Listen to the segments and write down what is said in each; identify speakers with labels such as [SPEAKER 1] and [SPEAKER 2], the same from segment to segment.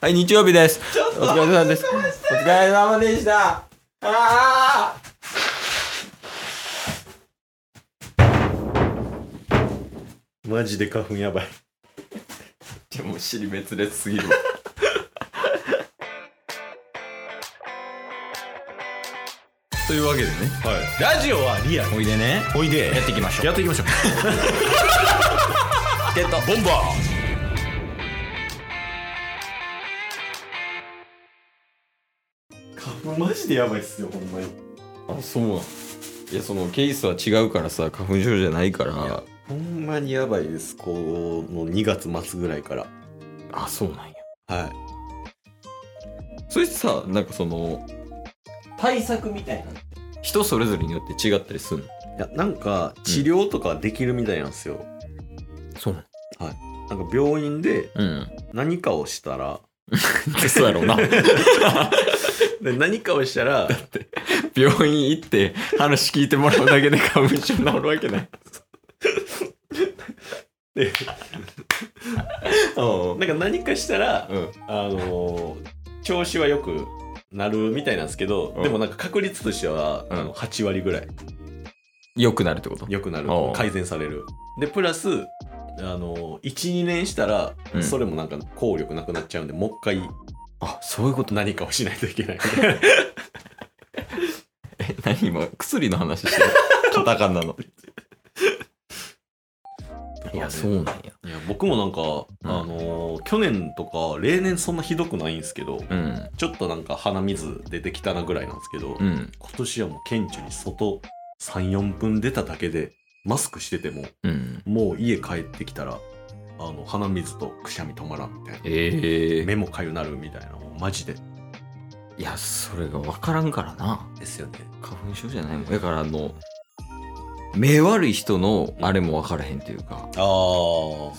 [SPEAKER 1] はい、日曜日です。お疲れ様です。お疲れ様でした。ああ
[SPEAKER 2] マジで花粉やばい。
[SPEAKER 1] でも尻滅裂すぎる。 というわけでね、
[SPEAKER 2] はい。ラジオはリアル。
[SPEAKER 1] おいでね、
[SPEAKER 2] おいで。
[SPEAKER 1] やっていきましょう。
[SPEAKER 2] やってい きましょう。
[SPEAKER 1] ってた。
[SPEAKER 2] ボンバー花粉マジでやばいっすよ、ほんまに。
[SPEAKER 1] あ、そうなん。いや、そのケースは違うからさ、花粉症じゃないから。
[SPEAKER 2] ほんまにやばいです。この2月末ぐらいから。
[SPEAKER 1] あ、そうなんや。
[SPEAKER 2] はい。
[SPEAKER 1] それってさ、なんかその、
[SPEAKER 2] 対策みたいな。い
[SPEAKER 1] 人それぞれによって違ったりするの
[SPEAKER 2] や、なんか治療とかできるみたいなんですよ。
[SPEAKER 1] そうな
[SPEAKER 2] なんか病院で
[SPEAKER 1] の
[SPEAKER 2] 何かをしたら、
[SPEAKER 1] うん。そうやろうな。
[SPEAKER 2] で何かをし たら、
[SPEAKER 1] 病院行って話聞いてもらうだけで花粉症治るわけない。うん
[SPEAKER 2] なんか何かしたら、
[SPEAKER 1] うん。
[SPEAKER 2] あのー調子はよくなるみたいなんですけど、
[SPEAKER 1] うん
[SPEAKER 2] でもなんか確率としては、
[SPEAKER 1] うん
[SPEAKER 2] あの8割ぐらい
[SPEAKER 1] 良くなるってこと
[SPEAKER 2] 良くなる
[SPEAKER 1] おう
[SPEAKER 2] 改善されるでプラス、あのー、12年したら、
[SPEAKER 1] うん
[SPEAKER 2] それもなんか効力なくなっちゃうんでもう一回
[SPEAKER 1] あ、そういうこと。
[SPEAKER 2] 何かをしないといけ ない
[SPEAKER 1] え、何今、薬の話してる。カタカ ナの。いや、そうなんや。
[SPEAKER 2] いや僕もなんか、あのー去年とか例年そんなひどくないんですけど、
[SPEAKER 1] うん。
[SPEAKER 2] ちょっとなんか鼻水出てきたなぐらいなんですけど、
[SPEAKER 1] うん。
[SPEAKER 2] 今年はもう顕著に外34分出ただけでマスクしてても
[SPEAKER 1] うん。
[SPEAKER 2] もう家帰ってきたらあの鼻水とくしゃみ止まらんみたいな
[SPEAKER 1] ええ
[SPEAKER 2] 目もかゆなるみたいなもうマジで
[SPEAKER 1] いや、それが分からんからな。
[SPEAKER 2] ですよね
[SPEAKER 1] 花粉症じゃないもん。だから、あの、目悪い人のあれも分からへんというか、
[SPEAKER 2] ああは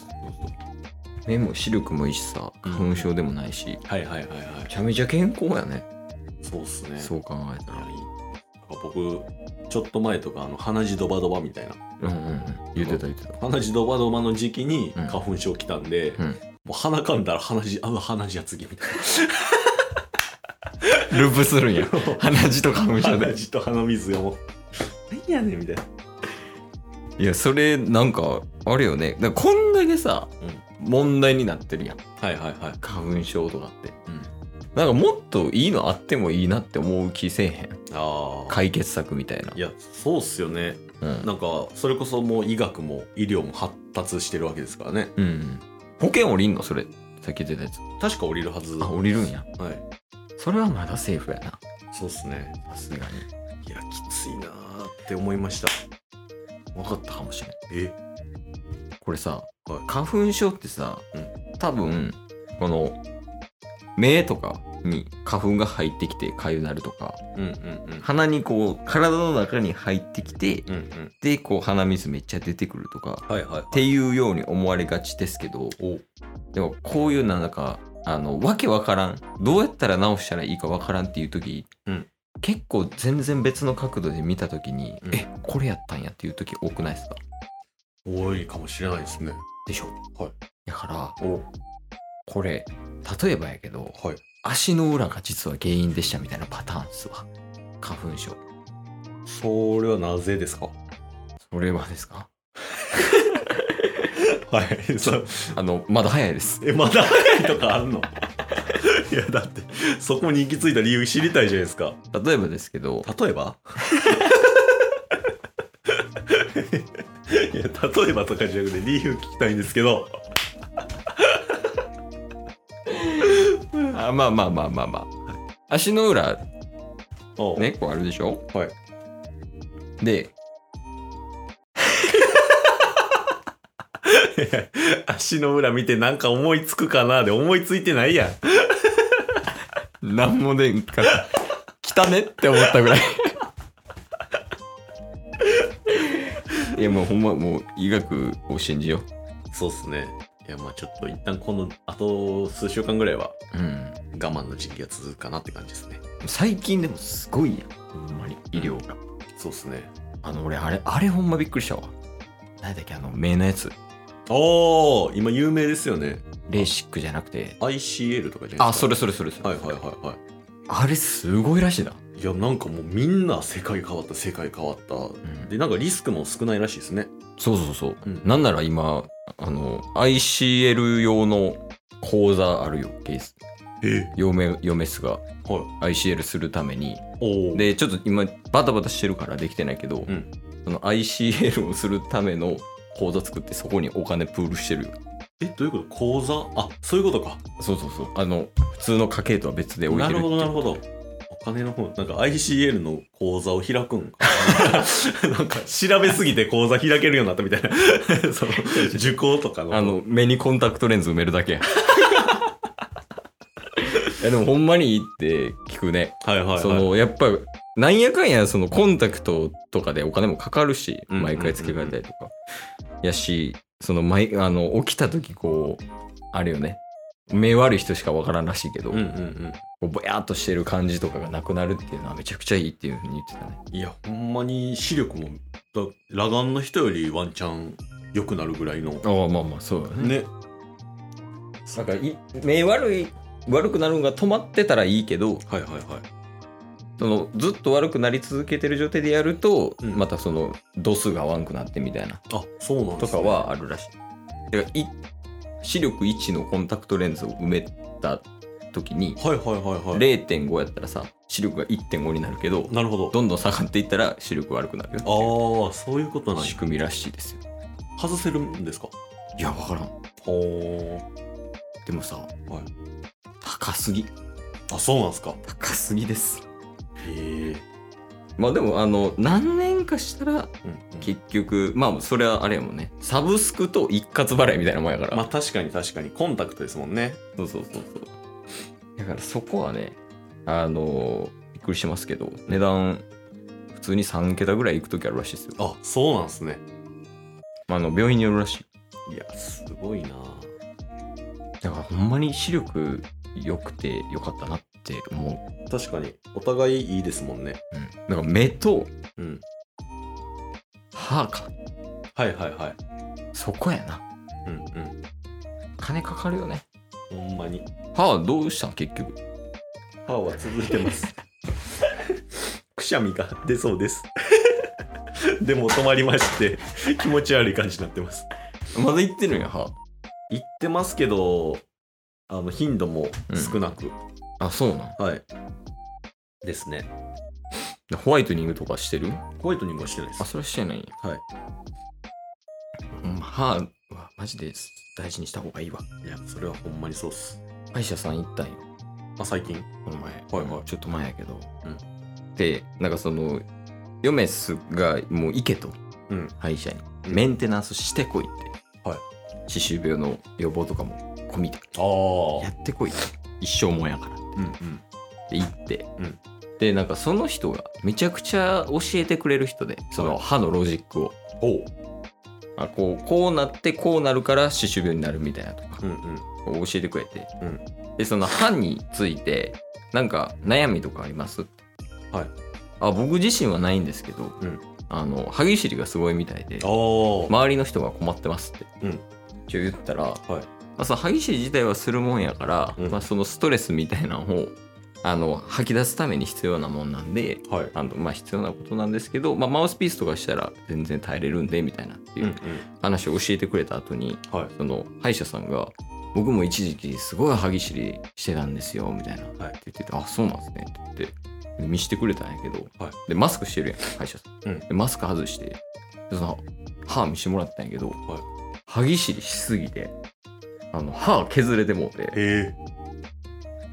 [SPEAKER 1] 目も視力もいいしさ、花粉症でもないし、め
[SPEAKER 2] いはいはいは
[SPEAKER 1] ちゃめちゃ健康やね。
[SPEAKER 2] いそうっすね
[SPEAKER 1] そう考えた
[SPEAKER 2] いや
[SPEAKER 1] ら。
[SPEAKER 2] いいなんか僕ちょっと前とかあの鼻血ドバドバみたいな
[SPEAKER 1] うんうんうん。言ってた言ってた。
[SPEAKER 2] 鼻血ドバドバの時期に
[SPEAKER 1] うん
[SPEAKER 2] 花粉症来たんで、
[SPEAKER 1] うん
[SPEAKER 2] もう鼻かんだら鼻血あうわ鼻血や次みたいな
[SPEAKER 1] ループするんや。鼻血と花粉症
[SPEAKER 2] 鼻
[SPEAKER 1] で。
[SPEAKER 2] 血と鼻水がもう何やねんみたいない
[SPEAKER 1] や、それ、なんか、あれよね。だからこんだけさ、問題になってるやん。
[SPEAKER 2] はいはいはい
[SPEAKER 1] 花粉症とかって。
[SPEAKER 2] うん
[SPEAKER 1] なんかもっといいのあってもいいなって思う気せえへん。
[SPEAKER 2] ああ
[SPEAKER 1] 解決策みたいな。
[SPEAKER 2] いやそうっすよね
[SPEAKER 1] うん。
[SPEAKER 2] なんかそれこそもう医学も医療も発達してるわけですからね
[SPEAKER 1] うん。保険降りんのそれ。さっき言ってたやつ。
[SPEAKER 2] 確か降りるはず
[SPEAKER 1] あ、
[SPEAKER 2] は
[SPEAKER 1] 降りるんや。
[SPEAKER 2] い
[SPEAKER 1] それはまだセーフやな。
[SPEAKER 2] そうっすね
[SPEAKER 1] さすがに。
[SPEAKER 2] いやきついなーって思いました
[SPEAKER 1] 分かったかもしれん。
[SPEAKER 2] え
[SPEAKER 1] これさ、
[SPEAKER 2] はい
[SPEAKER 1] 花粉症ってさ、
[SPEAKER 2] う
[SPEAKER 1] 多分この目とかに花粉が入ってきて痒なるとか
[SPEAKER 2] うんうんうん
[SPEAKER 1] 鼻にこう体の中に入ってきて
[SPEAKER 2] うんうん
[SPEAKER 1] でこう鼻水めっちゃ出てくるとか
[SPEAKER 2] はいはい
[SPEAKER 1] っていうように思われがちですけど
[SPEAKER 2] お
[SPEAKER 1] でもこういうなんだかあのわけわからんどうやったら直したらいいかわからんっていう時、
[SPEAKER 2] うん
[SPEAKER 1] 結構全然別の角度で見た時に、
[SPEAKER 2] うん
[SPEAKER 1] えこれやったんやっていう時多くないですか
[SPEAKER 2] 多いかもしれないですね
[SPEAKER 1] でしょ
[SPEAKER 2] はい
[SPEAKER 1] だから
[SPEAKER 2] お
[SPEAKER 1] これ例えばやけど
[SPEAKER 2] はい
[SPEAKER 1] 足の裏が実は原因でしたみたいなパターンですわ花粉症
[SPEAKER 2] それはなぜですか
[SPEAKER 1] それはですか
[SPEAKER 2] はいそう
[SPEAKER 1] あのまだ早いです
[SPEAKER 2] えまだ早いとかあるの いやだってそこに行き着いた理由知りたいじゃないですか
[SPEAKER 1] 例えばですけど
[SPEAKER 2] 例えば いや例えばとかじゃなくて理由聞きたいんですけど
[SPEAKER 1] あまあまあまあまあまあ足の裏
[SPEAKER 2] おう
[SPEAKER 1] ねこうあるでしょ
[SPEAKER 2] はい
[SPEAKER 1] で
[SPEAKER 2] 足の裏見てなんか思いつくかなで思いついてないやん
[SPEAKER 1] 何も出んかった来たねって思ったぐらいいやもうほんまもう医学を信じよ
[SPEAKER 2] そうっすねいやまあちょっと一旦このあと数週間ぐらいは
[SPEAKER 1] う、うん、
[SPEAKER 2] 我慢の時期が続くかなって感じですね
[SPEAKER 1] 最近でもすごいやんほんまに医療が
[SPEAKER 2] そうっすね
[SPEAKER 1] あの俺あれあれほんまびっくりしたわ何だっけあの目のやつ
[SPEAKER 2] あおー今有名ですよね
[SPEAKER 1] レーシックじゃなくて
[SPEAKER 2] ICL とかじゃないですか
[SPEAKER 1] あそれそれそれそれ、
[SPEAKER 2] はいはいはいは
[SPEAKER 1] あれすごいらしいな、
[SPEAKER 2] いいやなんかもうみんな世界変わった世界変わった
[SPEAKER 1] うん
[SPEAKER 2] でなんかリスクも少ないらしいですね
[SPEAKER 1] そうそうそう、
[SPEAKER 2] うん
[SPEAKER 1] なんなら今あの ICL 用の講座あるよケース
[SPEAKER 2] え
[SPEAKER 1] 嫁嫁すが
[SPEAKER 2] は
[SPEAKER 1] ICL するために
[SPEAKER 2] いおお
[SPEAKER 1] でちょっと今バタバタしてるからできてないけど、
[SPEAKER 2] うん
[SPEAKER 1] その ICL をするための口座作ってそこにお金プールしてるよ
[SPEAKER 2] えどういうこと口座あそういうことか
[SPEAKER 1] そうそうそうあの普通の家計とは別で置い
[SPEAKER 2] な
[SPEAKER 1] てる
[SPEAKER 2] る
[SPEAKER 1] って
[SPEAKER 2] ほ
[SPEAKER 1] いう
[SPEAKER 2] どなるほどお金の方なんか ICL の口座を開くん かなんか調べすぎて口座開けるようになったみたいな その受講とかの
[SPEAKER 1] あの目にコンタクトレンズ埋めるだ けやいやでもほんまにいいって聞くね
[SPEAKER 2] はいはいはい
[SPEAKER 1] そのやっぱなんやかんやそのコンタクトとかでお金もかかるし
[SPEAKER 2] うんうんうんうん
[SPEAKER 1] 毎回付け替えたりとかやしその毎あの起きた時こうあれよね目悪い人しかわからんらしいけど、
[SPEAKER 2] うんうんうん
[SPEAKER 1] こうぼやっとしてる感じとかがなくなるっていうのはめちゃくちゃいいっていうふうに言ってたね
[SPEAKER 2] いやほんまに視力もだ裸眼の人よりワンチャン良くなるぐらいの
[SPEAKER 1] ああまあまあそうだね
[SPEAKER 2] ね
[SPEAKER 1] なんかい目悪い悪くなるのが止まってたらいいけど
[SPEAKER 2] はいはいはい
[SPEAKER 1] そのずっと悪くなり続けてる状態でやると、
[SPEAKER 2] うん
[SPEAKER 1] またその度数が合わんくなってみたいな
[SPEAKER 2] あそうなん
[SPEAKER 1] と
[SPEAKER 2] です、ね、
[SPEAKER 1] かはあるらしい。だからい視力1のコンタクトレンズを埋めた時に、
[SPEAKER 2] はいはいはいはい
[SPEAKER 1] 0.5やったらさ視力が1.5になるけど
[SPEAKER 2] なるほど
[SPEAKER 1] どんどん下がっていったら視力悪くなるよっていう
[SPEAKER 2] ああそういうことなんや
[SPEAKER 1] 仕組みらしいですよ。
[SPEAKER 2] 外せるんですか
[SPEAKER 1] いや分からん。
[SPEAKER 2] ほ
[SPEAKER 1] でもさ、
[SPEAKER 2] はい
[SPEAKER 1] 高すぎ
[SPEAKER 2] あそうなんですか
[SPEAKER 1] 高すぎです。
[SPEAKER 2] へえ
[SPEAKER 1] まあでもあの何年かしたら結局まあそれはあれやもんねサブスクと一括払いみたいなもんやから、
[SPEAKER 2] まあ確かに確かにコンタクトですもんね
[SPEAKER 1] そうそうそうそうだからそこはねあのびっくりしますけど値段普通に3桁ぐらいいく時あるらしいですよ
[SPEAKER 2] あそうなんですね
[SPEAKER 1] まああの病院によるらしい
[SPEAKER 2] いやすごいな
[SPEAKER 1] だからほんまに視力良くて良かったなって思
[SPEAKER 2] 確かにお互いいいですもんね
[SPEAKER 1] う、うん、だから目と
[SPEAKER 2] うん
[SPEAKER 1] 歯か
[SPEAKER 2] はいはいはい
[SPEAKER 1] そこやな
[SPEAKER 2] うんうん
[SPEAKER 1] 金かかるよね
[SPEAKER 2] ほんまに
[SPEAKER 1] 歯はどうしたん結局
[SPEAKER 2] 歯は続いてます くしゃみが出そうです でも止まりまして気持ち悪い感じになってます
[SPEAKER 1] まだ言ってるんや歯
[SPEAKER 2] 言ってますけどあの頻度も少なく、
[SPEAKER 1] あそうなん
[SPEAKER 2] はいですね
[SPEAKER 1] でホワイトニングとかしてる
[SPEAKER 2] ホワイトニングはしてないで
[SPEAKER 1] あ
[SPEAKER 2] す
[SPEAKER 1] それはしてないんや
[SPEAKER 2] はい
[SPEAKER 1] うん歯はマジで大事にした方がいいわ
[SPEAKER 2] いやそれはほんまにそうっす
[SPEAKER 1] 歯医者さん行ったんよ
[SPEAKER 2] あ最近
[SPEAKER 1] この前、
[SPEAKER 2] はいはい
[SPEAKER 1] ちょっと前やけど、
[SPEAKER 2] うん
[SPEAKER 1] でなんかそのヨメスがもう行けと、
[SPEAKER 2] うん
[SPEAKER 1] 歯医者に
[SPEAKER 2] うん
[SPEAKER 1] メンテナンスしてこいって、
[SPEAKER 2] はい
[SPEAKER 1] 歯周病の予防とかも込みで
[SPEAKER 2] ああ
[SPEAKER 1] やってこいって一生もんやからっ
[SPEAKER 2] うんうん
[SPEAKER 1] て行って、
[SPEAKER 2] うん
[SPEAKER 1] でなんかその人がめちゃくちゃ教えてくれる人でその歯のロジックを、
[SPEAKER 2] おう
[SPEAKER 1] あこうこうなってこうなるから歯周病になるみたいなとか
[SPEAKER 2] う、んう
[SPEAKER 1] 教
[SPEAKER 2] ん
[SPEAKER 1] えてくれて、
[SPEAKER 2] うん
[SPEAKER 1] でその歯についてなんか悩みとかあります
[SPEAKER 2] はい
[SPEAKER 1] あ僕自身はないんですけど、
[SPEAKER 2] うん
[SPEAKER 1] あの歯ぎしりがすごいみたいで
[SPEAKER 2] ああ、
[SPEAKER 1] 周りの人が困ってますって、
[SPEAKER 2] うん
[SPEAKER 1] 一応言ったら、
[SPEAKER 2] い
[SPEAKER 1] まあ、その歯ぎしり自体はするもんやから、
[SPEAKER 2] うん
[SPEAKER 1] まあ、そのストレスみたいなのをあの吐き出すために必要なもんなんで
[SPEAKER 2] はい
[SPEAKER 1] あの、まあ、必要なことなんですけど、まあ、マウスピースとかしたら全然耐えれるんでみたいなって
[SPEAKER 2] う
[SPEAKER 1] い
[SPEAKER 2] んう
[SPEAKER 1] うん話を教えてくれた後に、
[SPEAKER 2] はい
[SPEAKER 1] その歯医者さんが「僕も一時期すごい歯ぎしりしてたんですよ」みたいな、
[SPEAKER 2] はい
[SPEAKER 1] って言ってて「あそうなんですね」って言って見してくれたんやけど、
[SPEAKER 2] はい
[SPEAKER 1] でマスクしてるやん歯医者さん、
[SPEAKER 2] うん
[SPEAKER 1] でマスク外してでその歯見してもらったんやけど、
[SPEAKER 2] い
[SPEAKER 1] 歯ぎしりしすぎてあの歯削れてもうて
[SPEAKER 2] へえ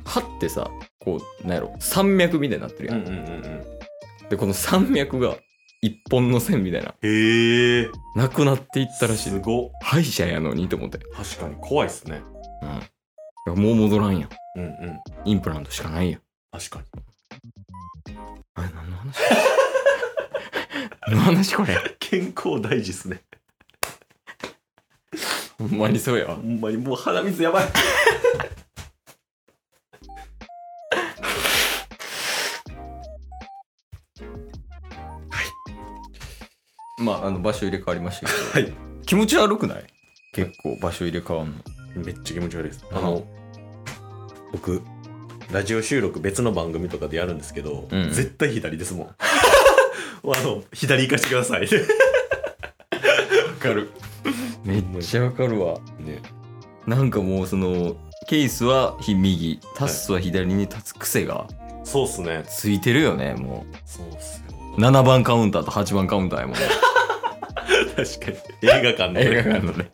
[SPEAKER 1] 歯ってさこうなんやろ山脈みたいになってるや
[SPEAKER 2] うん
[SPEAKER 1] ん、
[SPEAKER 2] うんうんうん
[SPEAKER 1] でこの山脈が一本の線みたいな
[SPEAKER 2] へえ
[SPEAKER 1] なくなっていったらしい
[SPEAKER 2] すごっ
[SPEAKER 1] 歯医者やのにと思って、
[SPEAKER 2] 確かに怖いっすね
[SPEAKER 1] うんいや、もう戻らんやん
[SPEAKER 2] うんうん
[SPEAKER 1] インプラントしかないやん
[SPEAKER 2] 確かに
[SPEAKER 1] あれ何の話何の話これ
[SPEAKER 2] 健康大事っすね
[SPEAKER 1] ほんまにそうやわ
[SPEAKER 2] ほんまにもう鼻水やばい
[SPEAKER 1] まああの場所入れ替わりましたけど
[SPEAKER 2] はい
[SPEAKER 1] 気持ち悪くない結構場所入れ替わんの。
[SPEAKER 2] めっちゃ気持ち悪いです。
[SPEAKER 1] うん
[SPEAKER 2] あの、僕、ラジオ収録別の番組とかでやるんですけど、
[SPEAKER 1] うん
[SPEAKER 2] 絶対左です もん。あの、左行かしてください。
[SPEAKER 1] わかる。めっちゃわかるわ。
[SPEAKER 2] ね、
[SPEAKER 1] なんかもうその、ケースは右、タッスは左に立つ癖が
[SPEAKER 2] そうっすね。
[SPEAKER 1] ついてるよね、も
[SPEAKER 2] そうっすよ。
[SPEAKER 1] う。7番カウンターと8番カウンターやもんね。
[SPEAKER 2] 確かに。映画館 の。
[SPEAKER 1] 映画館のね。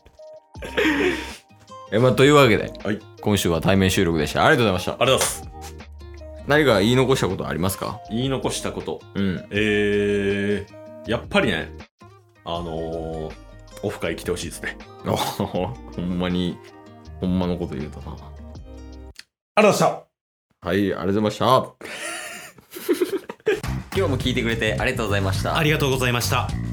[SPEAKER 1] え、まあ、というわけで、
[SPEAKER 2] はい
[SPEAKER 1] 今週は対面収録でした。ありがとうございました。
[SPEAKER 2] あれだっす。
[SPEAKER 1] 何か言い残したことありますか
[SPEAKER 2] 言い残したこと。
[SPEAKER 1] うん。
[SPEAKER 2] えー、やっぱりね、あのー、オフ会来てほしいですね。
[SPEAKER 1] ほんまに、ほんまのこと言うとな。
[SPEAKER 2] ありがとうございました
[SPEAKER 1] はい、ありがとうございました。 今日も聞いてくれてありがとうございました
[SPEAKER 3] あ。りがとうございました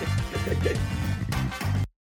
[SPEAKER 3] す